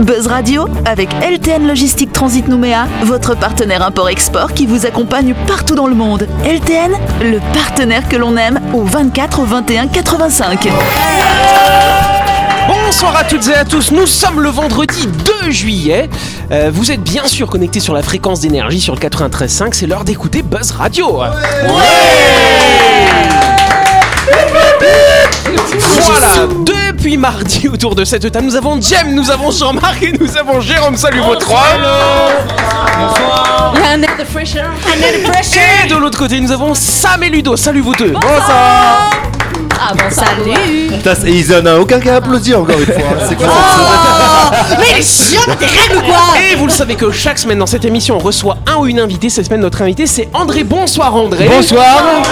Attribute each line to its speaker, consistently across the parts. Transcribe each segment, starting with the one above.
Speaker 1: Buzz Radio avec LTN Logistique Transit Nouméa, votre partenaire import-export qui vous accompagne partout dans le monde. LTN, le partenaire que l'on aime au 24 21 85.
Speaker 2: Bonsoir à toutes et à tous, nous sommes le vendredi 2 juillet. Euh, vous êtes bien sûr connectés sur la fréquence d'énergie sur le 93.5, c'est l'heure d'écouter Buzz Radio. Voilà, depuis mardi autour de cette table, nous avons Jem, nous avons Jean-Marc et nous avons Jérôme. Salut vos trois.
Speaker 3: Another fresher. Another fresher.
Speaker 2: Et de l'autre côté, nous avons Sam et Ludo. Salut vous deux.
Speaker 3: Ah bon, salut.
Speaker 4: Putain, et ils en ont aucun qui a applaudi encore une fois. C'est quoi
Speaker 3: Oh, Mais les chiottes, t'es règles ou quoi
Speaker 2: Et vous le savez que chaque semaine dans cette émission, on reçoit un ou une invitée. Cette semaine, notre invité, c'est André. Bonsoir André.
Speaker 5: Bonsoir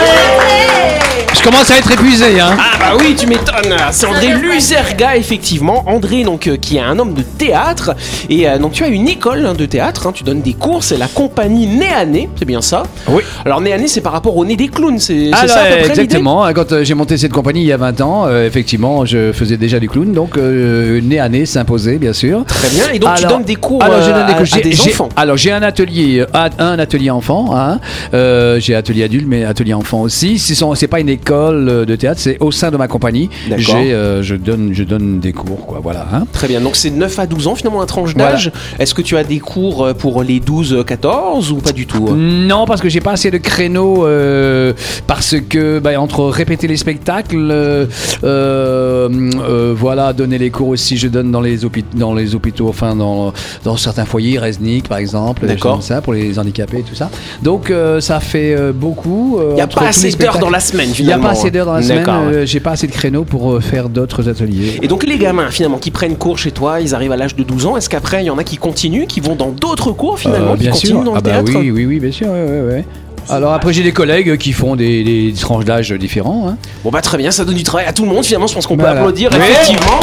Speaker 5: Je commence à être épuisé, hein
Speaker 2: Ah bah oui, tu m'étonnes. C'est André Luzerga, effectivement. André, donc, euh, qui est un homme de théâtre. Et euh, donc, tu as une école hein, de théâtre. hein. tu donnes des cours. C'est la compagnie Nez à Nez. C'est bien ça
Speaker 5: Oui.
Speaker 2: Alors, Nez à Nez, c'est par rapport au nez des clowns. C'est c'est
Speaker 5: Alors,
Speaker 2: ça à peu près l'idée
Speaker 5: exactement, hein, quand euh, j'ai monté cette compagnie il y a 20 ans, euh, effectivement, je faisais déjà du clown, donc euh, nez à nez, s'imposer, bien sûr.
Speaker 2: Très bien. Et donc, tu donnes des cours,
Speaker 5: alors, je
Speaker 2: euh,
Speaker 5: donne des
Speaker 2: à-
Speaker 5: cours.
Speaker 2: à
Speaker 5: J'ai-
Speaker 2: des
Speaker 5: j'ai-
Speaker 2: enfants.
Speaker 5: Alors, j'ai un atelier, euh, un- un atelier enfant, hein. Euh, j'ai atelier adulte, mais atelier enfant aussi. Ce sont- C'est pas une école euh, de théâtre, c'est au sein de ma compagnie.
Speaker 2: D'accord.
Speaker 5: J'ai, euh, je, donne, je donne des cours, quoi, voilà. hein.
Speaker 2: Très bien, donc c'est 9 à 12 ans finalement la tranche d'âge. Est-ce que tu as des cours euh, pour les 12-14 ou pas du tout hein
Speaker 5: Non, parce que j'ai pas assez de créneaux, euh, parce que bah, entre répéter les spectacles, euh, euh, euh, voilà, donner les cours aussi, je donne dans les hôpitaux, dans les hôpitaux, enfin dans, dans certains foyers, Resnick par exemple, des choses
Speaker 2: D'accord.
Speaker 5: comme ça pour les handicapés et tout ça. Donc euh, ça fait euh, beaucoup.
Speaker 2: Il n'y a pas assez d'heures dans la semaine
Speaker 5: Il n'y a
Speaker 2: finalement.
Speaker 5: pas assez d'heures dans la semaine,
Speaker 2: D'accord.
Speaker 5: euh, j'ai pas assez de créneaux pour euh, faire d'autres ateliers.
Speaker 2: Et donc les gamins finalement qui prennent cours chez toi, ils arrivent à l'âge de 12 ans, est-ce qu'après il y en a qui continuent, qui vont dans d'autres cours finalement,
Speaker 5: Euh,
Speaker 2: qui
Speaker 5: bien
Speaker 2: continuent
Speaker 5: sûr.
Speaker 2: dans le
Speaker 5: ah bah
Speaker 2: théâtre
Speaker 5: oui, oui, oui, bien sûr. ouais, ouais, ouais. Alors après j'ai des collègues qui font des, des tranches d'âge différents. hein.
Speaker 2: Bon bah très bien, ça donne du travail à tout le monde finalement, je pense qu'on peut
Speaker 5: Voilà.
Speaker 2: applaudir effectivement.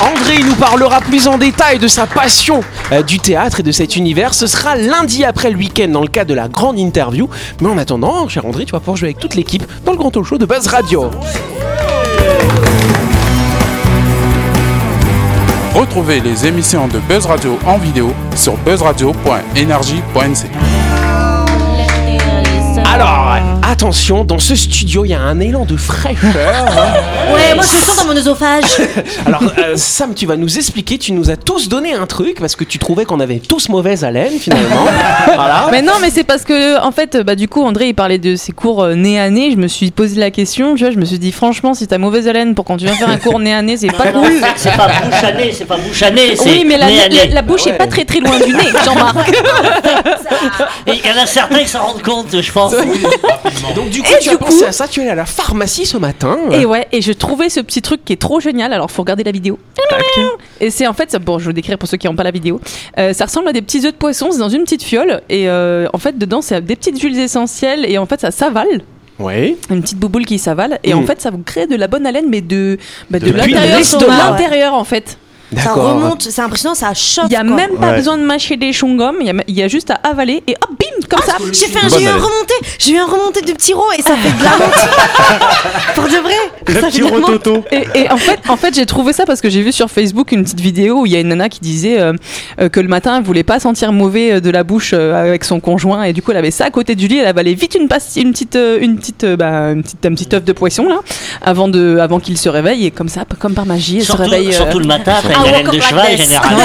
Speaker 2: André il nous parlera plus en détail de sa passion euh, du théâtre et de cet univers. Ce sera lundi après le week-end dans le cadre de la grande interview. Mais en attendant, cher André, tu vas pouvoir jouer avec toute l'équipe dans le grand talk show de Buzz Radio.
Speaker 6: Retrouvez les émissions de Buzz Radio en vidéo sur buzzradio.energie.nc.
Speaker 2: Alors, attention, dans ce studio, il y a un élan de fraîcheur.
Speaker 3: Ouais, moi je le sens dans mon œsophage.
Speaker 2: Alors, euh, Sam, tu vas nous expliquer, tu nous as tous donné un truc parce que tu trouvais qu'on avait tous mauvaise haleine finalement. voilà.
Speaker 7: Mais non, mais c'est parce que en fait, bah du coup, André, il parlait de ses cours euh, nez à nez. Je me suis posé la question. Tu vois, je me suis dit, franchement, si t'as mauvaise haleine pour quand tu viens faire un cours nez à nez, c'est pas
Speaker 8: Non, Ah non,
Speaker 7: cool.
Speaker 8: c'est pas bouche à nez, c'est pas bouche à nez, c'est
Speaker 7: Oui, mais la,
Speaker 8: nez
Speaker 7: la-
Speaker 8: à nez.
Speaker 7: la bouche est pas très très loin du nez, Jean-Marc.
Speaker 8: Et Il y en a certains qui s'en rendent compte, je pense.
Speaker 2: Donc, du coup,
Speaker 7: Et
Speaker 2: tu as
Speaker 7: du
Speaker 2: pensé
Speaker 7: coup-
Speaker 2: à ça, tu es allé à la pharmacie ce matin.
Speaker 7: Et ouais, et je trouvais ce petit truc qui est trop génial. Alors, faut regarder la vidéo. Et c'est en fait, ça- bon, je vais vous décrire pour ceux qui n'ont pas la vidéo. Euh, ça ressemble à des petits œufs de poisson, c'est dans une petite fiole. Et euh, en fait, dedans, c'est des petites huiles essentielles. Et en fait, ça s'avale.
Speaker 2: Oui.
Speaker 7: Une petite bouboule qui s'avale. Et
Speaker 2: Mm.
Speaker 7: en fait, ça vous crée de la bonne haleine, mais de, bah, de
Speaker 4: Depuis
Speaker 7: l'intérieur. De
Speaker 3: l'estomac, ouais.
Speaker 7: l'intérieur, en fait.
Speaker 3: Ça
Speaker 2: D'accord.
Speaker 3: remonte, c'est impressionnant, ça choque.
Speaker 7: Il n'y a
Speaker 3: quoi.
Speaker 7: même pas
Speaker 4: Ouais.
Speaker 7: besoin de mâcher des chewing-gums, il y a- il y, a juste à avaler et hop, bim, comme ça.
Speaker 3: J'ai fait un,
Speaker 4: Bonne
Speaker 3: j'ai eu un
Speaker 4: haleine.
Speaker 3: remonté, j'ai eu un remonté de petit rot et ça fait de la menthe. Pour de vrai.
Speaker 4: Le
Speaker 3: Ça
Speaker 4: petit
Speaker 3: fait de la menthe.
Speaker 4: rototo.
Speaker 7: Et, et en fait, en fait j'ai trouvé ça parce que j'ai vu sur Facebook une petite vidéo où il y a une nana qui disait euh, euh, que le matin, elle voulait pas sentir mauvais euh, de la bouche euh, avec son conjoint et du coup, elle avait ça à côté du lit, elle avalait vite une pastille, une petite, euh, une petite, euh, bah, une petite, un petit œuf de poisson là, avant de, avant qu'il se réveille et comme ça, comme par magie, elle
Speaker 8: Surtout,
Speaker 7: se réveille. euh,
Speaker 8: surtout le matin, t'as une
Speaker 3: Ah,
Speaker 8: haleine
Speaker 3: walk
Speaker 8: de
Speaker 3: of
Speaker 8: cheval
Speaker 3: madness.
Speaker 8: généralement.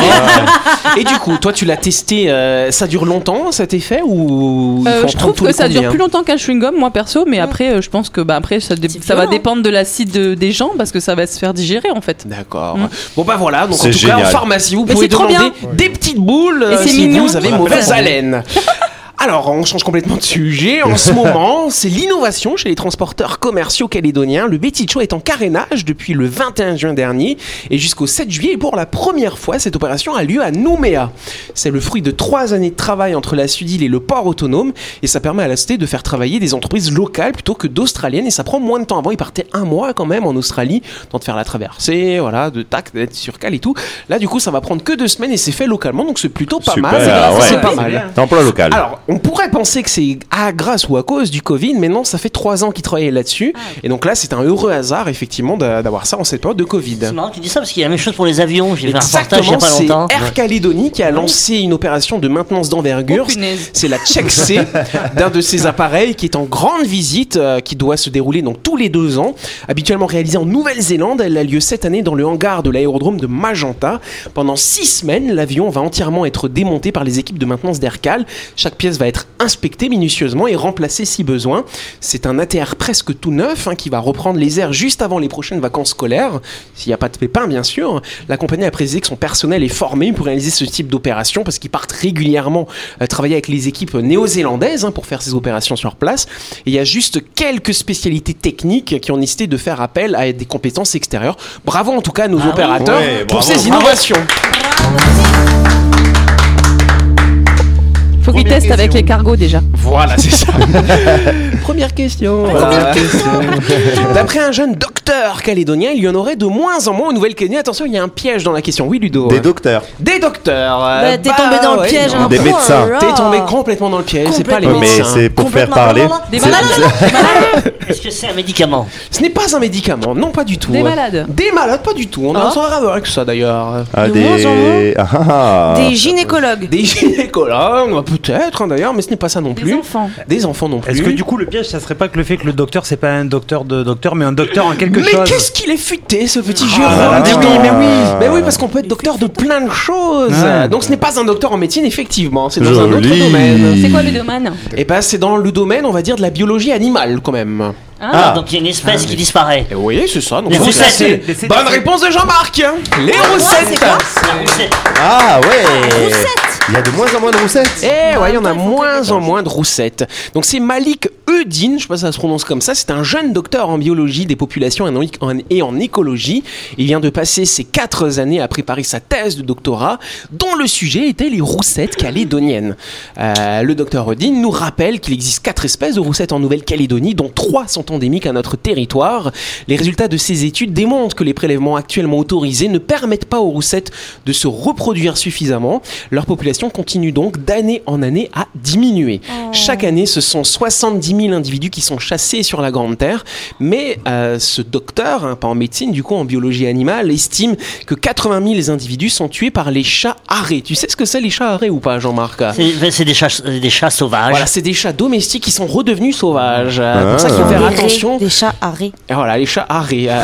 Speaker 2: Et du coup, toi, tu l'as testé, euh, ça dure longtemps cet effet ou il
Speaker 7: Euh,
Speaker 2: faut en prendre
Speaker 7: je trouve
Speaker 2: tous
Speaker 7: que
Speaker 2: les hein
Speaker 7: ça dure
Speaker 2: combien
Speaker 7: plus longtemps qu'un chewing-gum, moi perso, mais après, euh, je pense que bah, après, ça, dé-
Speaker 3: C'est
Speaker 7: ça va
Speaker 3: violent.
Speaker 7: dépendre de l'acide de- des gens parce que ça va se faire digérer en fait.
Speaker 2: D'accord.
Speaker 7: Mm.
Speaker 2: Bon bah voilà, donc en tout
Speaker 4: C'est
Speaker 2: cas en
Speaker 4: génial.
Speaker 2: pharmacie, vous
Speaker 7: Mais
Speaker 2: pouvez
Speaker 7: c'est trop
Speaker 2: demander des petites boules euh,
Speaker 7: c'est
Speaker 2: si
Speaker 7: mignon.
Speaker 2: vous avez
Speaker 7: On
Speaker 2: mauvaise
Speaker 7: l'appelle.
Speaker 2: haleine. Alors, on change complètement de sujet. En ce moment, c'est l'innovation chez les transporteurs commerciaux calédoniens. Le Betty Show est en carénage depuis le 21 juin dernier et jusqu'au 7 juillet. Et pour la première fois, cette opération a lieu à Nouméa. C'est le fruit de trois années de travail entre la Sudile et le port autonome. Et ça permet à la cité de faire travailler des entreprises locales plutôt que d'australiennes. Et ça prend moins de temps. Avant, ils partaient un mois quand même en Australie, temps de faire la traversée, voilà, de tac, d'être sur cale et tout. Là, du coup, ça va prendre que deux semaines et c'est fait localement. Donc, c'est plutôt pas
Speaker 4: Super,
Speaker 2: mal. C'est
Speaker 4: ouais.
Speaker 2: pas mal.
Speaker 4: T'es en plein local.
Speaker 2: Alors, on on pourrait penser que c'est à grâce ou à cause du Covid, mais non, ça fait trois ans qu'ils travaillaient là-dessus.
Speaker 8: Ah,
Speaker 2: Et donc là, c'est un heureux hasard, effectivement, d'a- d'avoir ça en cette période de Covid.
Speaker 8: C'est marrant que tu dis ça parce qu'il y a la même chose pour les avions. J'ai fait un reportage il n'y a
Speaker 2: Exactement,
Speaker 8: pas
Speaker 2: c'est
Speaker 8: longtemps.
Speaker 2: Air Calédonie qui a lancé une opération de maintenance d'envergure.
Speaker 7: Oh, punaise.
Speaker 2: c'est la check C d'un de ces appareils qui est en grande visite, euh, qui doit se dérouler donc tous les deux ans. Habituellement réalisée en Nouvelle-Zélande, elle a lieu cette année dans le hangar de l'aérodrome de Magenta. Pendant six semaines, l'avion va entièrement être démonté par les équipes de maintenance d'Aircal. Chaque pièce va être inspectée minutieusement et remplacée si besoin. C'est un ATR presque tout neuf hein, qui va reprendre les airs juste avant les prochaines vacances scolaires, s'il n'y a pas de pépins bien sûr. La compagnie a précisé que son personnel est formé pour réaliser ce type d'opération parce qu'ils partent régulièrement euh, travailler avec les équipes néo-zélandaises hein, pour faire ces opérations sur place. Et il y a juste quelques spécialités techniques qui ont nécessité de faire appel à des compétences extérieures. Bravo en tout cas à nos
Speaker 8: Ah oui.
Speaker 2: opérateurs
Speaker 4: Ouais,
Speaker 2: pour
Speaker 4: bravo.
Speaker 2: ces innovations.
Speaker 7: Faut qu'ils testent avec les cargos déjà.
Speaker 4: Ah
Speaker 2: Voilà, c'est ça. Première question. voilà. D'après un jeune docteur calédonien, il y en aurait de moins en moins en Nouvelle-Calédonie. Attention, il y a un piège dans la question. Oui, Ludo.
Speaker 4: Des
Speaker 2: hein.
Speaker 4: docteurs.
Speaker 2: Des docteurs. euh,
Speaker 3: Bah, T'es
Speaker 2: bah,
Speaker 3: tombé dans le
Speaker 2: ouais,
Speaker 3: piège.
Speaker 2: non.
Speaker 3: hein.
Speaker 4: Des
Speaker 3: Oh
Speaker 4: médecins.
Speaker 3: là là.
Speaker 2: T'es tombé complètement dans le piège. C'est pas les
Speaker 4: Ouais, mais
Speaker 2: médecins.
Speaker 4: c'est pour faire
Speaker 3: Complètement.
Speaker 4: parler.
Speaker 7: Des
Speaker 4: C'est-
Speaker 7: malades.
Speaker 8: Est-ce que c'est un médicament
Speaker 2: Ce n'est pas un médicament. Non, pas du tout.
Speaker 7: Des malades.
Speaker 2: Des malades, pas du tout. On en
Speaker 7: Ah.
Speaker 2: saura rien que ça d'ailleurs.
Speaker 4: Ah,
Speaker 3: De
Speaker 4: des...
Speaker 3: moins en moins.
Speaker 4: Ah, ah, ah.
Speaker 3: Des gynécologues.
Speaker 2: Des gynécologues, peut-être hein, d'ailleurs, mais ce n'est pas ça non plus.
Speaker 3: Des enfants.
Speaker 2: Des enfants non plus.
Speaker 9: Est-ce que du coup le piège ça serait pas que le fait que le docteur c'est pas un docteur de docteur mais un docteur en quelque
Speaker 2: mais
Speaker 9: chose
Speaker 2: qu'est-ce qu'il est futé ce petit
Speaker 4: là
Speaker 2: Jérôme dis
Speaker 4: là.
Speaker 2: donc. mais oui, mais oui, parce qu'on peut être docteur de plein de choses.
Speaker 9: Ouais.
Speaker 2: Donc ce n'est pas un docteur en médecine effectivement, c'est dans un autre
Speaker 4: Joli.
Speaker 2: domaine.
Speaker 7: C'est quoi le domaine
Speaker 2: Et ben c'est dans le domaine, on va dire, de la biologie animale quand même.
Speaker 4: Ah.
Speaker 8: Donc il y a une espèce qui disparaît.
Speaker 2: Et Eh oui, c'est ça. Donc
Speaker 8: Les
Speaker 2: c'est
Speaker 8: roussettes.
Speaker 2: facile.
Speaker 9: Les- les-
Speaker 2: Bonne réponse de Jean-Marc. hein. Les roussettes.
Speaker 8: C'est-
Speaker 4: Ah ouais Il y a de moins en moins de roussettes
Speaker 2: Eh ouais, il y en a moins en moins de roussettes. Donc c'est Malik Eudine, je sais pas si ça se prononce comme ça, c'est un jeune docteur en biologie des populations et en- en- et en écologie. Il vient de passer ses quatre années à préparer sa thèse de doctorat, dont le sujet était les roussettes calédoniennes. Euh, le docteur Eudine nous rappelle qu'il existe quatre espèces de roussettes en Nouvelle-Calédonie, dont trois sont endémiques à notre territoire. Les résultats de ces études démontrent que les prélèvements actuellement autorisés ne permettent pas aux roussettes de se reproduire suffisamment. Leur population continue donc d'année en année à diminuer. Chaque année, ce sont 70 000 individus qui sont chassés sur la Grande Terre. Mais euh, ce docteur, hein, pas en médecine, du coup en biologie animale, estime que 80 000 individus sont tués par les chats arrêts. Tu sais ce que c'est les chats arrêts ou pas, Jean-Marc
Speaker 8: C'est c'est des chats, des chats sauvages.
Speaker 2: voilà, c'est des chats domestiques qui sont redevenus sauvages. Euh, Pour ça, il faut
Speaker 4: Ah.
Speaker 2: faire
Speaker 3: Des raies,
Speaker 2: attention.
Speaker 3: Des chats arrêts.
Speaker 2: Et voilà, les chats arrêts. euh,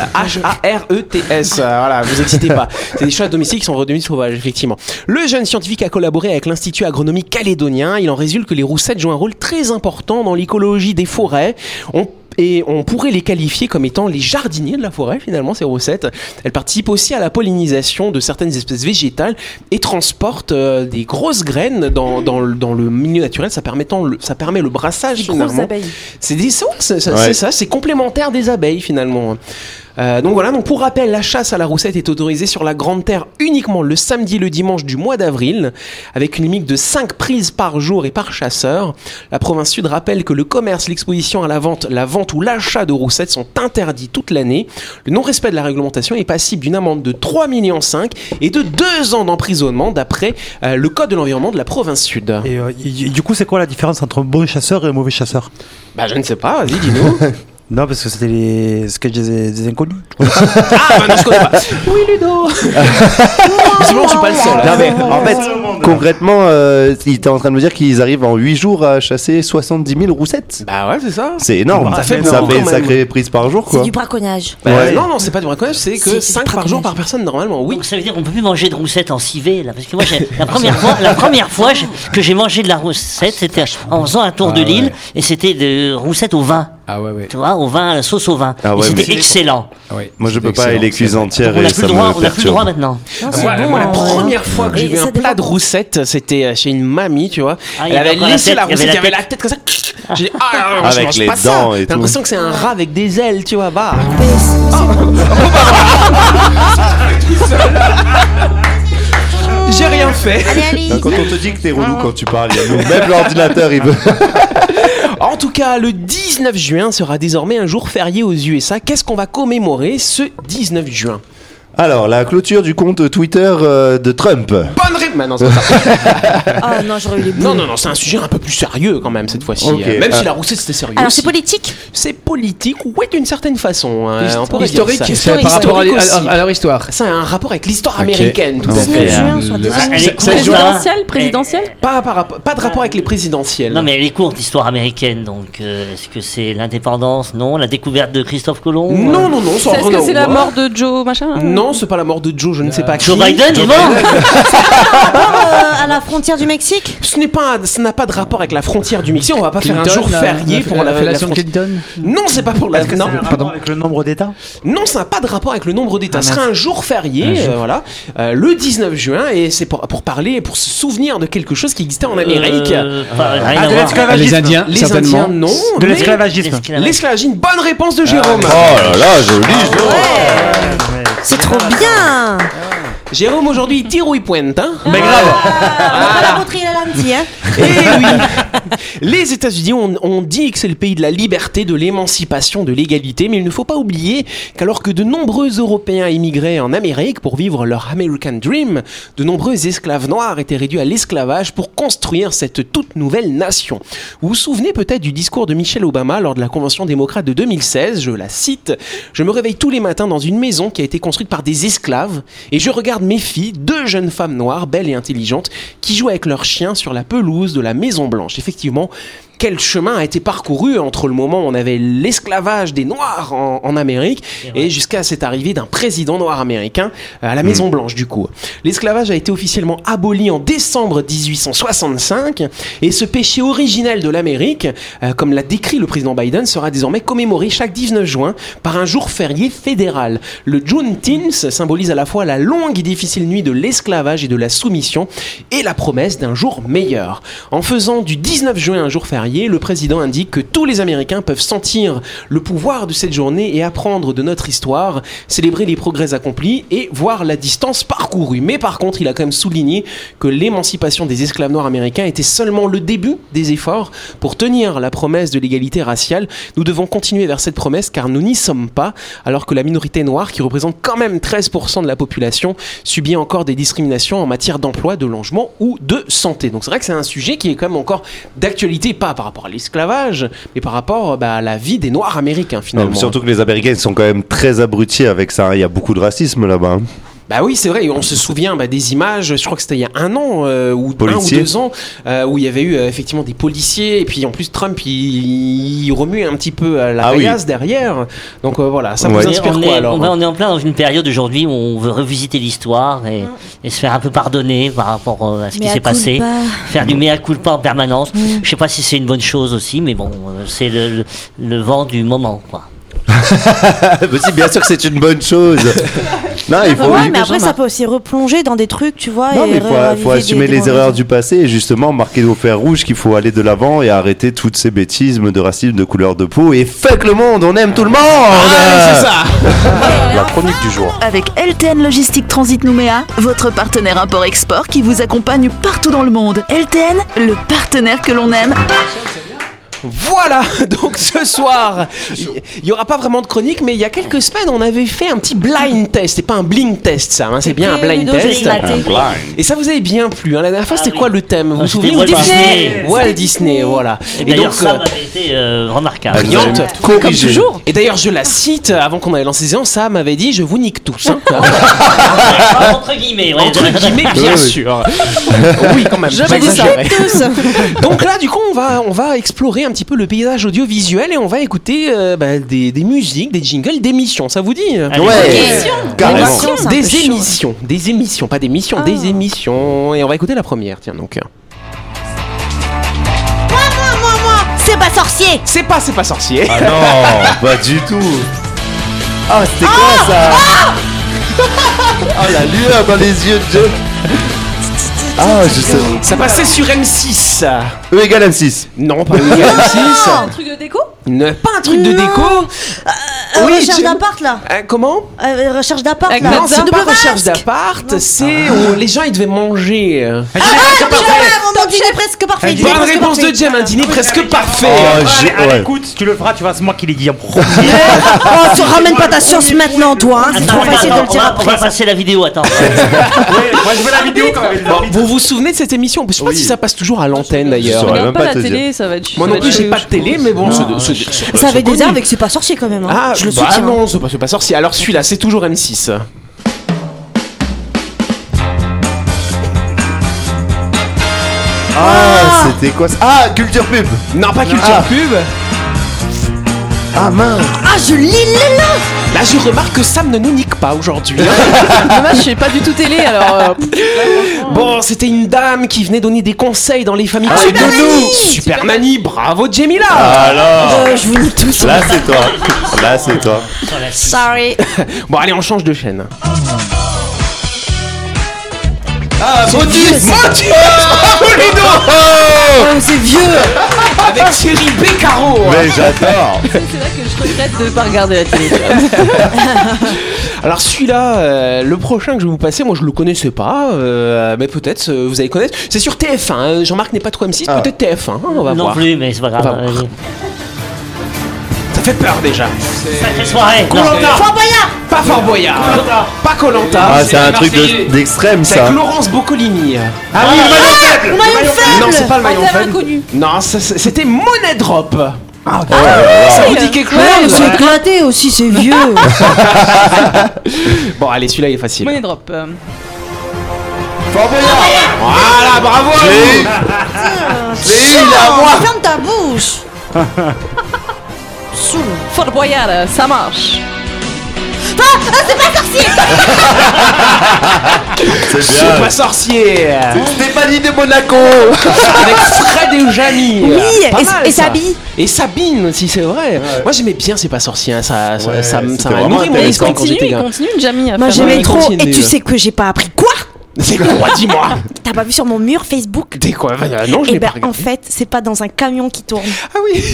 Speaker 2: H-A-R-E-T-S. euh, voilà, vous excitez pas. C'est des chats domestiques qui sont redevenus sauvages, effectivement. Le jeune scientifique a collaboré avec l'Institut agronomique calédonien. Il en résulte que les roussettes jouent un rôle très important dans l'écologie des forêts. On et on pourrait les qualifier comme étant les jardiniers de la forêt finalement ces roussettes. Elles participent aussi à la pollinisation de certaines espèces végétales et transportent euh, des grosses graines dans, dans le, dans le milieu naturel. Ça, permettant le- ça permet le brassage
Speaker 3: Des grosses
Speaker 2: finalement.
Speaker 3: abeilles.
Speaker 2: C'est des ça, ça- ça-
Speaker 4: Ouais.
Speaker 2: c'est ça, c'est complémentaire des abeilles finalement. Euh, donc voilà, donc pour rappel, la chasse à la roussette est autorisée sur la Grande Terre uniquement le samedi et le dimanche du mois d'avril, avec une limite de 5 prises par jour et par chasseur. La province sud rappelle que le commerce, l'exposition à la vente, la vente ou l'achat de roussettes sont interdits toute l'année. Le non-respect de la réglementation est passible d'une amende de 3,5 millions et de 2 ans d'emprisonnement d'après euh, le Code de l'environnement de la province sud.
Speaker 9: Et euh, y- y- du coup c'est quoi la différence entre un bon chasseur et un mauvais chasseur
Speaker 2: Bah je ne sais pas, vas-y dis-nous.
Speaker 9: Non parce que c'était les sketchs des, des inconnus.
Speaker 2: Ah, bah non, je connais pas. Oui, Ludo. Sinon, je suis pas le seul. hein.
Speaker 4: Non, mais en fait, concrètement, euh, il était en train de me dire qu'ils arrivent en 8 jours à chasser 70 000 roussettes.
Speaker 2: Bah ouais, c'est ça.
Speaker 4: C'est énorme.
Speaker 2: Ça fait
Speaker 4: ça
Speaker 2: beaucoup,
Speaker 4: fait une
Speaker 2: quand
Speaker 4: sacrée prise par jour,
Speaker 3: C'est
Speaker 4: quoi.
Speaker 3: du braconnage.
Speaker 2: Bah,
Speaker 4: Ouais.
Speaker 2: Non, non, c'est pas du braconnage, c'est que
Speaker 3: C'est- c'est
Speaker 2: 5 par
Speaker 3: braconnage.
Speaker 2: jour par personne normalement, oui.
Speaker 8: Donc ça veut dire qu'on peut plus manger de roussettes en civet là parce que moi j'ai- la première fois la première fois j'ai- que j'ai mangé de la roussette c'était en faisant un tour de
Speaker 5: Ah ouais.
Speaker 8: l'île et c'était de roussette au vin
Speaker 5: Ah ouais, ouais.
Speaker 8: tu vois au vin à la sauce au vin
Speaker 4: Ah
Speaker 8: et
Speaker 4: ouais, mais-
Speaker 8: c'était excellent
Speaker 5: ouais.
Speaker 4: Moi, je
Speaker 5: C'est
Speaker 4: peux pas, elle
Speaker 5: excellent,
Speaker 4: est cuise
Speaker 5: c'est
Speaker 4: entière
Speaker 5: vrai.
Speaker 8: on
Speaker 4: et
Speaker 8: n'a plus
Speaker 4: ça
Speaker 8: le
Speaker 4: me
Speaker 8: droit on n'a plus le
Speaker 4: perturbe.
Speaker 8: droit maintenant
Speaker 3: Non, c'est
Speaker 2: Moi,
Speaker 3: bon,
Speaker 2: moi, la
Speaker 3: hein.
Speaker 2: première fois que j'ai
Speaker 3: Et
Speaker 2: vu
Speaker 3: ça
Speaker 2: un
Speaker 3: dépend
Speaker 2: plat de
Speaker 3: quand-
Speaker 2: roussette, c'était euh, chez une mamie, tu vois.
Speaker 8: Ah, il y
Speaker 2: elle
Speaker 8: avait
Speaker 2: avait
Speaker 8: encore la
Speaker 2: laissé
Speaker 8: tête,
Speaker 2: la
Speaker 8: il y avait
Speaker 2: roussette,
Speaker 8: la
Speaker 2: il y avait
Speaker 8: tête.
Speaker 2: la tête comme ça. J'ai dit, ah, non, je
Speaker 4: Avec
Speaker 2: mange
Speaker 4: les
Speaker 2: pas ça.
Speaker 4: dents et
Speaker 2: T'as
Speaker 4: tout.
Speaker 2: l'impression que c'est un rat avec des ailes, tu vois, bah. J'ai rien fait.
Speaker 3: Allez, allez.
Speaker 4: Hein, Quand on te dit que t'es relou quand tu parles, il y a nous- même l'ordinateur, il veut.
Speaker 2: En tout cas, le 19 juin sera désormais un jour férié aux USA. Qu'est-ce qu'on va commémorer ce 19 juin
Speaker 4: Alors, la clôture du compte Twitter euh, de Trump.
Speaker 2: Bonne réponse. Bah non, c'est pas ça.
Speaker 3: Ah non, j'aurais eu les boules.
Speaker 2: non, non, non, c'est un sujet un peu plus sérieux quand même cette fois-ci.
Speaker 4: Ok,
Speaker 2: Euh, même
Speaker 4: euh,
Speaker 5: Ah.
Speaker 2: si la Roussette c'était sérieux.
Speaker 3: Alors c'est
Speaker 2: aussi.
Speaker 3: politique
Speaker 2: C'est politique, ouais, d'une certaine façon. hein, on pourrait dire ça.
Speaker 5: Historique, c'est par rapport à,
Speaker 2: Historique
Speaker 5: à-
Speaker 2: aussi.
Speaker 5: à leur histoire.
Speaker 2: Ça a un rapport avec l'histoire
Speaker 4: Ok.
Speaker 2: américaine, tout à
Speaker 4: Ok.
Speaker 2: fait. hein.
Speaker 3: juin, soit deux ans.
Speaker 8: Elle est courte, hein.
Speaker 7: Présidentielle, présidentielle.
Speaker 2: Pas, par rapport- pas de rapport avec les présidentielles.
Speaker 8: Non mais elle est courte l'histoire américaine donc euh, est-ce que c'est l'indépendance non la découverte de Christophe Colomb
Speaker 2: non, non,
Speaker 8: euh,
Speaker 2: non,
Speaker 7: C'est-
Speaker 2: ça
Speaker 7: Est-ce
Speaker 2: rien
Speaker 7: que
Speaker 2: à
Speaker 7: c'est la
Speaker 2: voir.
Speaker 7: mort de Joe machin hein,
Speaker 2: Non, c'est pas la mort de Joe, je ne sais pas qui.
Speaker 8: Joe Biden est mort
Speaker 3: Euh, à la frontière du Mexique
Speaker 2: Ce n'est pas, un- ça n'a pas de rapport avec la frontière du Mexique. On va pas faire un jour férié pour la, la
Speaker 5: fellation de
Speaker 2: frontière.
Speaker 5: Clinton.
Speaker 2: Non, c'est pas pour la. Non,
Speaker 9: Pardon. Avec le nombre d'États
Speaker 2: non, ça n'a pas de rapport avec le nombre d'États.
Speaker 9: Ah,
Speaker 2: Ce
Speaker 9: mince.
Speaker 2: sera un jour férié, euh, voilà, euh, le 19 juin, et c'est pour, pour parler, pour se souvenir de quelque chose qui existait en Amérique.
Speaker 8: Euh, pas- rien à
Speaker 9: Ah, de
Speaker 8: voir.
Speaker 9: l'esclavagisme.
Speaker 5: Les Indiens,
Speaker 2: Les
Speaker 5: certainement.
Speaker 2: Indiens, non.
Speaker 9: De
Speaker 2: mais
Speaker 9: l'esclavagisme.
Speaker 8: L'esclavage.
Speaker 2: L'esclavage, une bonne réponse de Jérôme.
Speaker 4: Oh là là, joli.
Speaker 3: C'est trop bien
Speaker 2: Jérôme, aujourd'hui, il tire ou il pointe, hein
Speaker 9: Mais grave
Speaker 3: Ah, On va la montrer à la lundi, hein
Speaker 2: Eh oui Les États-Unis, on, on dit que c'est le pays de la liberté, de l'émancipation, de l'égalité, mais il ne faut pas oublier qu'alors que de nombreux Européens immigraient en Amérique pour vivre leur American Dream, de nombreux esclaves noirs étaient réduits à l'esclavage pour construire cette toute nouvelle nation. Vous vous souvenez peut-être du discours de Michelle Obama lors de la Convention démocrate de 2016, je la cite, Je me réveille tous les matins dans une maison qui a été construite par des esclaves et je regarde mes filles, deux jeunes femmes noires, belles et intelligentes, qui jouent avec leurs chiens sur la pelouse de la Maison Blanche. Effectivement, quel chemin a été parcouru entre le moment où on avait l'esclavage des Noirs en, en Amérique et jusqu'à cette arrivée d'un président noir américain euh, à la Maison Blanche du coup. L'esclavage a été officiellement aboli en décembre 1865 et ce péché originel de l'Amérique, euh, comme l'a décrit le président Biden, sera désormais commémoré chaque 19 juin par un jour férié fédéral. Le Juneteenth symbolise à la fois la longue et difficile nuit de l'esclavage et de la soumission et la promesse d'un jour meilleur. En faisant du 19 juin un jour férié, le président indique que tous les Américains peuvent sentir le pouvoir de cette journée et apprendre de notre histoire, célébrer les progrès accomplis et voir la distance parcourue. Mais par contre, il a quand même souligné que l'émancipation des esclaves noirs américains était seulement le début des efforts pour tenir la promesse de l'égalité raciale. Nous devons continuer vers cette promesse car nous n'y sommes pas, alors que la minorité noire, qui représente quand même 13% de la population, subit encore des discriminations en matière d'emploi, de logement ou de santé. Donc c'est vrai que c'est un sujet qui est quand même encore d'actualité, pas par rapport à l'esclavage, mais par rapport bah, à la vie des noirs américains
Speaker 4: Non,
Speaker 2: finalement.
Speaker 4: mais surtout que les Américains sont quand même très abrutis avec ça. hein. Il y a beaucoup de racisme là-bas. hein.
Speaker 2: Bah oui, c'est vrai. On se souvient bah, des images. Je crois que c'était il y a un an euh, ou
Speaker 4: Policiers.
Speaker 2: un ou deux ans euh, où il y avait eu euh, effectivement des policiers et puis en plus Trump il, il remue un petit peu euh, la
Speaker 4: Ah oui.
Speaker 2: paillasse derrière. Donc euh, voilà, ça
Speaker 4: Ouais.
Speaker 2: vous
Speaker 8: On est-
Speaker 2: inspire
Speaker 8: on
Speaker 2: quoi
Speaker 8: est,
Speaker 2: alors hein
Speaker 8: on va- on est en plein dans une période aujourd'hui où on veut revisiter l'histoire et, et se faire un peu pardonner par rapport euh, à ce qui
Speaker 3: Mea
Speaker 8: s'est passé.
Speaker 3: culpa.
Speaker 8: Faire du mea culpa en permanence. Je sais pas si c'est une bonne chose aussi, mais bon, euh, c'est le, le- le vent du moment. Quoi.
Speaker 4: Bah si, bien sûr que c'est une bonne chose. Non, Ah, il faut.
Speaker 3: Ouais, mais après ça peut aussi replonger dans des trucs, tu vois.
Speaker 4: Non,
Speaker 3: et
Speaker 4: mais faut,
Speaker 3: raviver
Speaker 4: faut
Speaker 3: des-
Speaker 4: assumer
Speaker 3: des
Speaker 4: les
Speaker 3: mauvaises-
Speaker 4: erreurs du passé et justement marquer au fer rouge qu'il faut aller de l'avant et arrêter toutes ces bêtises de racisme, de couleur de peau et fuck le monde, on aime tout le monde
Speaker 2: Ah, c'est ça.
Speaker 4: La chronique du jour.
Speaker 1: Avec LTN Logistique Transit Nouméa, votre partenaire import-export qui vous accompagne partout dans le monde. LTN, le partenaire que l'on aime.
Speaker 2: Voilà, donc ce soir, il y aura pas vraiment de chronique, mais il y a quelques semaines, on avait fait un petit blind test. C'est pas un blind test, ça, hein, c'est bien un blind
Speaker 3: Ludo, je l'ai
Speaker 2: test.
Speaker 3: maté.
Speaker 2: Et ça vous avait bien plu. Hein. La dernière fois, c'était
Speaker 8: oui.
Speaker 2: quoi le thème Vous vous
Speaker 8: Ah, c'était
Speaker 2: souvenez
Speaker 8: Walt
Speaker 2: ou pas
Speaker 8: Disney.
Speaker 2: Walt Disney, voilà.
Speaker 8: Et
Speaker 2: euh,
Speaker 8: d'ailleurs, ça avait été euh, remarquable.
Speaker 2: Bah, Yante,
Speaker 7: Comme toujours.
Speaker 2: Et d'ailleurs, je la cite euh, avant qu'on ait lancé Zéan, ça m'avait dit Je vous nique tous. hein.
Speaker 8: Entre guillemets, ouais.
Speaker 2: Entre guillemets, bien
Speaker 4: Oui, oui.
Speaker 2: sûr. Oui, quand même.
Speaker 7: J'avais dit ça.
Speaker 2: J'exagérais. Donc là, du coup, on va, on va explorer un petit peu le paysage audiovisuel et on va écouter euh, bah, des, des musiques, des jingles, des missions. Ça vous dit euh,
Speaker 8: Allez,
Speaker 4: Ouais,
Speaker 3: Des
Speaker 4: carrément.
Speaker 3: missions, c'est un peu
Speaker 2: Des
Speaker 3: chaud.
Speaker 2: émissions. Des émissions, pas des missions, des émissions. Et on va écouter la première, tiens donc.
Speaker 3: C'est pas sorcier
Speaker 2: C'est pas, c'est pas sorcier.
Speaker 4: Ah non, pas du tout. Ah, c'était quoi ça Ah, la lueur dans les yeux de John. Ah, je sais.
Speaker 2: Ça passait sur M6.
Speaker 4: E égale M6.
Speaker 2: Non, pas M6.
Speaker 7: Un truc de déco
Speaker 2: Ne- Pas un truc de
Speaker 3: Non.
Speaker 2: déco
Speaker 4: Ah
Speaker 3: Euh,
Speaker 2: Oui,
Speaker 3: recherche
Speaker 2: Jim.
Speaker 3: d'appart là.
Speaker 2: Hein, Comment
Speaker 3: Euh, recherche d'appart là.
Speaker 2: Non, c'est
Speaker 3: double
Speaker 2: pas
Speaker 3: masque.
Speaker 2: recherche d'appart, c'est où les gens ils devaient manger. euh.
Speaker 3: Ah, mon dîner presque parfait. dîner
Speaker 2: Bonne
Speaker 3: presque
Speaker 2: réponse
Speaker 3: parfait.
Speaker 2: de Jam, un dîner presque parfait.
Speaker 4: Oh,
Speaker 9: Allez,
Speaker 4: j'ai-
Speaker 9: allez,
Speaker 4: ouais.
Speaker 9: écoute, tu le feras, tu vois, c'est moi qui l'ai dit en premier.
Speaker 3: Oh, tu ramènes pas ta sauce maintenant, toi. hein. C'est
Speaker 8: Attends,
Speaker 3: trop facile de
Speaker 8: attends,
Speaker 3: le
Speaker 8: on
Speaker 3: dire
Speaker 8: va- on va
Speaker 3: après.
Speaker 8: passer la vidéo, attends.
Speaker 9: Ouais, moi je veux la
Speaker 3: Oh.
Speaker 9: vidéo quand même.
Speaker 2: Bon, vous vous souvenez de cette émission Je sais pas si ça passe toujours à l'antenne
Speaker 4: Je
Speaker 2: d'ailleurs.
Speaker 4: saurais
Speaker 7: Regarde
Speaker 4: même
Speaker 7: pas
Speaker 4: pas
Speaker 7: la
Speaker 4: te dire.
Speaker 7: télé, ça va être
Speaker 2: Moi non
Speaker 7: ça va
Speaker 2: plus,
Speaker 7: être
Speaker 2: j'ai pas
Speaker 7: chelou.
Speaker 2: de télé, mais bon, c'est de- c'est-
Speaker 3: Ça avait des
Speaker 2: connu.
Speaker 3: armes et que c'est pas sorcier quand même. hein.
Speaker 2: Ah,
Speaker 3: je le
Speaker 2: bah
Speaker 3: soutiens.
Speaker 2: non, c'est pas, c'est pas sorcier. Alors celui-là, c'est toujours M6.
Speaker 4: Ah, c'était quoi ça Ah, culture pub
Speaker 2: Non, pas culture
Speaker 4: Ah.
Speaker 2: pub.
Speaker 4: Ah mince
Speaker 3: Ah, je lis les là.
Speaker 2: Là, je remarque que Sam ne nous nique pas aujourd'hui. hein.
Speaker 7: Dommage, je suis pas du tout télé alors. euh,
Speaker 2: bon, c'était une dame qui venait donner des conseils dans les familles.
Speaker 4: Ah,
Speaker 2: Super
Speaker 4: Supermanie
Speaker 2: Nani Super Nani, bravo Jamila
Speaker 4: Ah, Alors
Speaker 3: Euh, je vous lis tous.
Speaker 4: Là c'est toi Là c'est toi
Speaker 8: Sur la scie.
Speaker 3: Sorry.
Speaker 2: Bon, allez, on change de chaîne.
Speaker 4: Ah, mon dieu
Speaker 2: Mon Dieu Bravo Ludo
Speaker 3: Oh, c'est vieux.
Speaker 2: Avec Thierry Beccaro
Speaker 4: Mais j'adore
Speaker 7: C'est vrai que je regrette de pas regarder la télé.
Speaker 2: Alors celui-là, euh, le prochain que je vais vous passer, moi je le connaissais pas, euh, mais peut-être euh, vous allez connaître. C'est sur TF1, hein. Jean-Marc n'est pas trop M6,
Speaker 4: Ah.
Speaker 2: peut-être TF1, hein, on va
Speaker 8: Non
Speaker 2: voir.
Speaker 8: plus, mais c'est pas grave.
Speaker 2: On va voir.
Speaker 8: vas-y.
Speaker 2: Ça fait peur déjà.
Speaker 8: Sacrée soirée. non.
Speaker 2: Colanta
Speaker 3: Fort Boyard.
Speaker 2: Pas Fort Boyard Pas Colanta
Speaker 4: Ah, c'est un truc de- d'extrême
Speaker 2: C'est avec
Speaker 4: ça
Speaker 2: Laurence Boccolini.
Speaker 9: Ah oui, le maillon faible
Speaker 3: Le maillon
Speaker 2: Non, c'est
Speaker 3: faible.
Speaker 2: pas le maillon
Speaker 7: Enterre
Speaker 2: faible.
Speaker 7: inconnu.
Speaker 2: Non, ça, c'est- c'était Money Drop. Ah,
Speaker 4: Oh là là.
Speaker 2: ça vous dit quelque
Speaker 3: Ouais,
Speaker 2: chose
Speaker 3: c'est éclaté aussi, c'est vieux.
Speaker 2: Bon, allez, celui-là il est facile.
Speaker 7: Money drop. euh.
Speaker 4: Fort Boyard
Speaker 2: Voilà, bravo à
Speaker 4: Je l'ai eu
Speaker 2: vous.
Speaker 4: Je l'ai eu, il est à moi
Speaker 3: Ferme ta bouche. Soul.
Speaker 7: Fort Boyard, euh, ça marche.
Speaker 4: C'est
Speaker 2: C'est
Speaker 4: bien
Speaker 2: pas sorcier
Speaker 4: Stéphanie de Monaco
Speaker 2: Avec Fred et Eugénie
Speaker 3: Oui,
Speaker 2: Ah, Pas
Speaker 3: et-
Speaker 2: mal,
Speaker 3: et
Speaker 2: ça.
Speaker 3: Sabine.
Speaker 2: Et Sabine aussi, c'est vrai Moi j'aimais bien C'est pas sorcier, hein, ça, ça,
Speaker 4: Ouais,
Speaker 2: ça, m-
Speaker 4: c'était
Speaker 2: ça m'a
Speaker 4: vraiment
Speaker 2: nourri mon
Speaker 7: Mais il
Speaker 2: esprit
Speaker 4: intéressant.
Speaker 2: quand
Speaker 7: continue,
Speaker 2: j'étais
Speaker 7: il
Speaker 2: gamin.
Speaker 7: continue, Jamie. à
Speaker 3: Moi
Speaker 7: faire,
Speaker 3: j'aimais
Speaker 2: il
Speaker 7: euh,
Speaker 3: trop.
Speaker 2: continue.
Speaker 3: Et tu sais que j'ai pas appris quoi
Speaker 2: C'est quoi, dis-moi
Speaker 3: T'as pas vu sur mon mur Facebook
Speaker 2: T'es quoi Bah, Non, je
Speaker 3: Eh
Speaker 2: l'ai pas
Speaker 3: ben en
Speaker 2: regardé.
Speaker 3: fait, c'est pas dans un camion qui tourne.
Speaker 2: Ah oui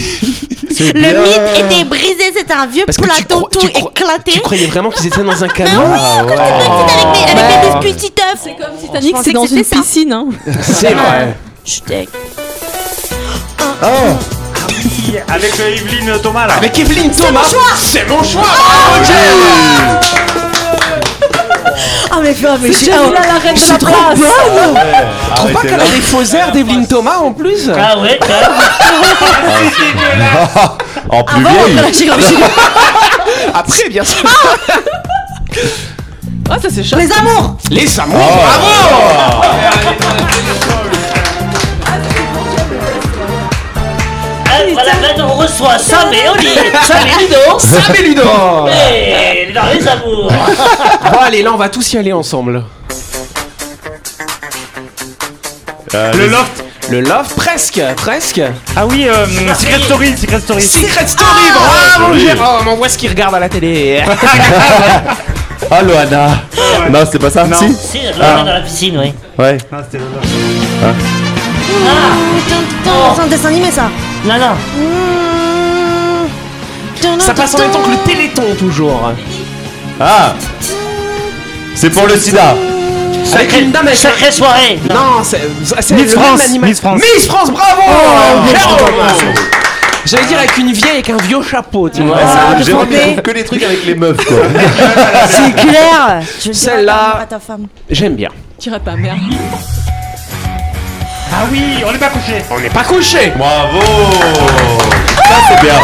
Speaker 3: Le mythe était brisé, c'était un vieux
Speaker 2: Parce que tu,
Speaker 3: plateau
Speaker 2: crois-
Speaker 3: tout
Speaker 2: tu crois- tu
Speaker 3: éclaté.
Speaker 2: croyais vraiment qu'ils étaient dans un camion
Speaker 4: Ah ouais.
Speaker 3: Avec mes-
Speaker 7: Ouais.
Speaker 3: avec mes biscuits Titeuf. C'est comme
Speaker 7: Titanic, c'est dans une piscine. Hein.
Speaker 2: C'est vrai
Speaker 3: Je
Speaker 4: Ah,
Speaker 9: Avec euh, Yveline Thomas là.
Speaker 2: Avec Evelyne Thomas C'est mon choix bravo, Jen.
Speaker 3: Ah mais oh, mais j'ai
Speaker 7: Jamila, la reine de la brasse.
Speaker 2: Trouve pas
Speaker 4: arrêtez
Speaker 2: qu'elle
Speaker 4: là.
Speaker 2: a des faux airs d'Evelyne Thomas en plus
Speaker 8: Ah ouais, quand même.
Speaker 4: Ah, En plus vieille Ah,
Speaker 2: Après, bien sûr
Speaker 7: Ah, ça c'est chouette.
Speaker 3: Les amours
Speaker 2: Les amours
Speaker 4: Oh.
Speaker 2: Bravo
Speaker 8: Ah, Voilà, maintenant on reçoit Sam et Oli. Sam et Ludo.
Speaker 2: Sam et Ludo
Speaker 8: Et dans les amours. Ah,
Speaker 2: Bon allez, là on va tous y aller ensemble.
Speaker 4: Euh,
Speaker 9: Le
Speaker 4: les-
Speaker 9: loft.
Speaker 2: Le love, presque, presque.
Speaker 9: Ah oui, euh, Secret Story, Secret Story.
Speaker 2: Secret Story, bravo Jérôme, on voit ce qu'il regarde à la télé.
Speaker 4: Ah Loana Non c'est pas ça
Speaker 9: Non.
Speaker 4: Si
Speaker 8: Si, là, dans la piscine, oui.
Speaker 4: Ouais
Speaker 9: Ah, c'était le loft.
Speaker 3: Ah. C'est un dessin animé ça
Speaker 8: Non, non.
Speaker 2: Ça passe en même temps que le téléthon toujours.
Speaker 4: Ah C'est pour le sida
Speaker 2: Avec une dame avec un-
Speaker 8: Sacrée soirée. Non.
Speaker 2: Non, c'est c'est
Speaker 9: Miss
Speaker 2: le même
Speaker 9: France,
Speaker 2: animal.
Speaker 9: Miss France.
Speaker 2: Miss France, Oh, bravo
Speaker 4: Ah.
Speaker 2: Jérôme J'allais dire avec une vieille avec un vieux chapeau, tu vois.
Speaker 4: Ah, Jérôme il trouve que les trucs avec les meufs quoi
Speaker 3: C'est clair Je le dirai
Speaker 2: Celle-là.
Speaker 3: pas à ta femme.
Speaker 2: J'aime bien.
Speaker 7: Tira ta mère.
Speaker 9: Ah oui, on est pas couché.
Speaker 2: On n'est pas couché.
Speaker 4: Bravo Ça c'est bien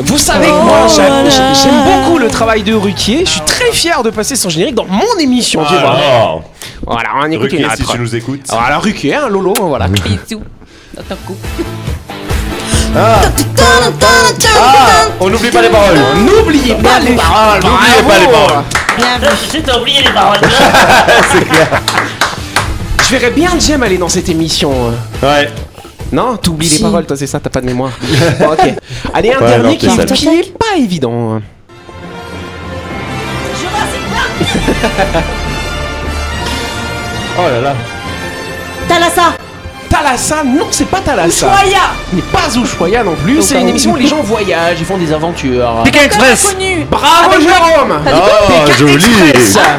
Speaker 2: Vous savez que moi, j'aime j'aime beaucoup le travail de Ruquier. Je suis très fier de passer son générique dans mon
Speaker 4: Ah,
Speaker 2: émission, tu vois.
Speaker 4: Alors,
Speaker 2: Voilà, on écoute une
Speaker 4: Ruquier, si
Speaker 2: autre.
Speaker 4: tu nous écoutes.
Speaker 2: Alors, alors, Ruquier, hein, Lolo, voilà.
Speaker 7: Bisous. Dans ton cou.
Speaker 4: Ah On n'oublie pas les paroles
Speaker 2: N'oubliez pas les paroles.
Speaker 4: N'oubliez pas les paroles
Speaker 8: Là, tu sais, t'as oublié les paroles.
Speaker 2: Je verrais bien Jem aller dans cette émission. euh.
Speaker 4: Ouais
Speaker 2: Non, t'oublies les paroles, toi c'est ça, t'as pas de mémoire. Bon, ok. Allez, un
Speaker 4: Ouais,
Speaker 2: dernier
Speaker 4: non,
Speaker 2: qui,
Speaker 4: t'es sale.
Speaker 2: qui est pas évident.
Speaker 4: Oh là là Oh
Speaker 3: Talassa
Speaker 2: Thalassa, non, c'est pas Thalassa.
Speaker 3: Choya
Speaker 2: n'est pas Ushuaïa non plus. C'est une émission où les gens voyagent, ils font des aventures.
Speaker 9: Pékin Express
Speaker 3: Connu
Speaker 2: Bravo Jérôme
Speaker 4: Oh, joli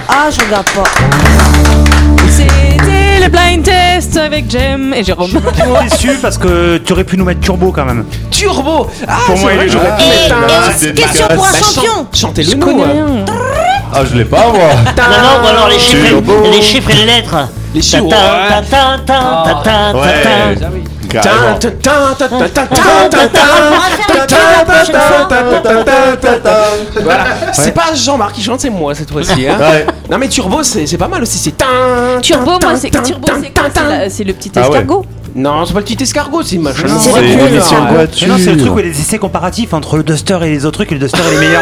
Speaker 3: Ah, je regarde pas.
Speaker 7: C'était le blind test avec Jem et Jérôme.
Speaker 9: Trop déçu parce que tu aurais pu nous mettre Turbo quand même.
Speaker 2: Turbo Ah,
Speaker 9: Pour
Speaker 2: c'est
Speaker 9: moi,
Speaker 2: vrai,
Speaker 9: il est
Speaker 2: j'aurais
Speaker 4: Ah,
Speaker 2: pu mettre un-
Speaker 4: là,
Speaker 3: Et
Speaker 4: c'est
Speaker 3: question pour un
Speaker 2: Bah, chan-
Speaker 3: champion
Speaker 2: Chantez le
Speaker 7: Je
Speaker 2: nom
Speaker 7: connais
Speaker 2: ouais.
Speaker 7: rien.
Speaker 4: Ah, je l'ai pas moi
Speaker 8: Non, non, ou alors les chiffres,
Speaker 4: C'est
Speaker 8: et,
Speaker 4: bon.
Speaker 8: les chiffres et les lettres.
Speaker 2: Les
Speaker 8: Ta
Speaker 2: chiffres,
Speaker 8: ta ta ta
Speaker 2: Ah,
Speaker 8: ta ta ta ta.
Speaker 4: Ouais carrément.
Speaker 2: Tin, tin, tin, tin, tin, tin, tin, tin, tin, tin, tin, tin, tin, tin, tin, tin. Voilà. C'est pas Jean-Marc qui chante, c'est moi cette fois-ci. hein.
Speaker 4: Ouais.
Speaker 2: Non mais Turbo, c'est c'est pas mal aussi. C'est tin,
Speaker 7: Turbo,
Speaker 2: tin,
Speaker 7: moi, c'est
Speaker 2: tin,
Speaker 7: Turbo,
Speaker 2: tin,
Speaker 7: c'est quoi
Speaker 2: tin,
Speaker 7: C'est
Speaker 2: tin.
Speaker 7: la- C'est le petit
Speaker 4: Ah ouais.
Speaker 7: escargot.
Speaker 2: Non, c'est pas le petit escargot, c'est machin.
Speaker 9: Non,
Speaker 4: C'est une émission de
Speaker 9: hein. Mais non, c'est le truc où il
Speaker 4: voiture.
Speaker 9: y a des essais comparatifs entre le Duster et les autres trucs et le Duster est les meilleurs.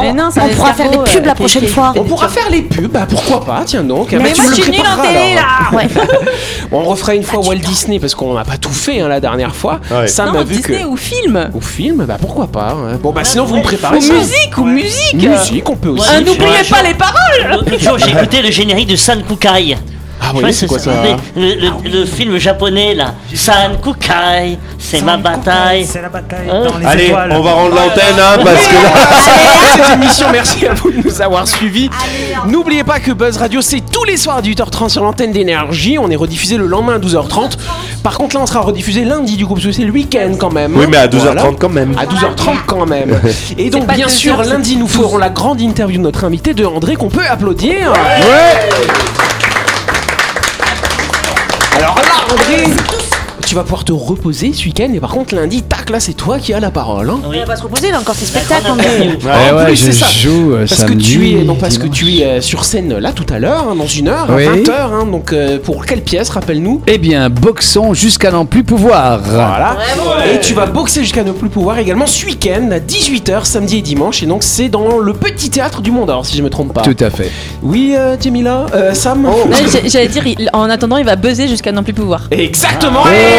Speaker 7: Mais non, c'est
Speaker 3: On
Speaker 7: un
Speaker 3: pourra faire des
Speaker 7: escargot,
Speaker 3: pubs
Speaker 7: euh,
Speaker 3: la
Speaker 7: qui-
Speaker 3: prochaine
Speaker 7: qui-
Speaker 3: fois.
Speaker 2: On pourra faire les pubs, bah pourquoi pas, tiens donc. Ah, bah,
Speaker 3: Mais
Speaker 2: tu
Speaker 3: moi,
Speaker 2: me
Speaker 3: je
Speaker 2: le
Speaker 3: suis nulle en
Speaker 2: prépareras,
Speaker 3: télé
Speaker 2: alors.
Speaker 3: là Ouais.
Speaker 2: Bon, on refera une fois Walt Disney parce qu'on n'a pas tout fait hein, la dernière fois.
Speaker 4: Ouais.
Speaker 2: Ça m'a
Speaker 7: Ah, Non,
Speaker 2: Ah, bah, vu
Speaker 7: Disney
Speaker 2: que.
Speaker 7: ou film
Speaker 2: Au film, bah pourquoi pas. hein. Bon bah sinon vous me
Speaker 7: Ou
Speaker 2: préparez ça.
Speaker 7: musique Ou musique
Speaker 2: Musique, on peut aussi.
Speaker 7: Ah,
Speaker 8: Ouais,
Speaker 7: N'oubliez
Speaker 8: je-
Speaker 7: pas les paroles
Speaker 8: L'autre jour, j'ai écouté le générique de San Kukai.
Speaker 2: Ah
Speaker 8: Je
Speaker 2: oui,
Speaker 8: sais pas
Speaker 2: c'est
Speaker 8: si
Speaker 2: quoi
Speaker 8: ça-
Speaker 2: ça
Speaker 8: mais le, le- le film japonais là, San Kukai, c'est ma bataille.
Speaker 9: C'est la bataille
Speaker 8: Oh.
Speaker 9: dans les
Speaker 4: Allez,
Speaker 9: étoiles.
Speaker 4: on va rendre l'antenne hein, parce que là.
Speaker 7: hein.
Speaker 2: cette émission. Merci à vous de nous avoir suivis. N'oubliez pas que Buzz Radio, c'est tous les soirs à 18h30 sur l'antenne d'énergie. On est rediffusé le lendemain à 12h30. Par contre, là, on sera rediffusé lundi, du coup, parce que c'est le week-end quand même.
Speaker 4: Oui, mais à 12h30
Speaker 2: Voilà.
Speaker 4: quand même.
Speaker 2: À 12h30 quand même. Et donc,
Speaker 7: pas
Speaker 2: bien
Speaker 7: deux
Speaker 2: sûr,
Speaker 7: heures, c'est
Speaker 2: lundi, nous ferons la grande interview de notre invité de André qu'on peut applaudir. Alors là, André, tu vas pouvoir te reposer ce week-end. Et par contre, lundi, tac, là, c'est toi qui as la parole. hein.
Speaker 8: Oui.
Speaker 3: On va se reposer, là encore ces spectacles. on est-
Speaker 2: en
Speaker 5: ouais,
Speaker 2: plus,
Speaker 5: je
Speaker 2: c'est ça.
Speaker 5: joue euh,
Speaker 2: Parce que
Speaker 5: samedi,
Speaker 2: tu es, non, parce que
Speaker 5: dimanche.
Speaker 2: tu es euh, sur scène là tout à l'heure, hein, dans une heure,
Speaker 5: Oui.
Speaker 2: à 20h, hein, donc euh, pour quelle pièce, rappelle-nous
Speaker 5: Eh bien, boxons jusqu'à n'en plus pouvoir.
Speaker 2: voilà. Et tu vas boxer jusqu'à ne plus pouvoir également ce week-end à 18h, samedi et dimanche. Et donc c'est dans le petit théâtre du Mont d'Or, si je me trompe pas.
Speaker 5: Tout à fait.
Speaker 2: Oui, euh, Jamila Euh, Sam
Speaker 7: Ouais, j'ai- J'allais dire, il- en attendant, il va buzzer jusqu'à n'en plus pouvoir.
Speaker 2: Exactement. Et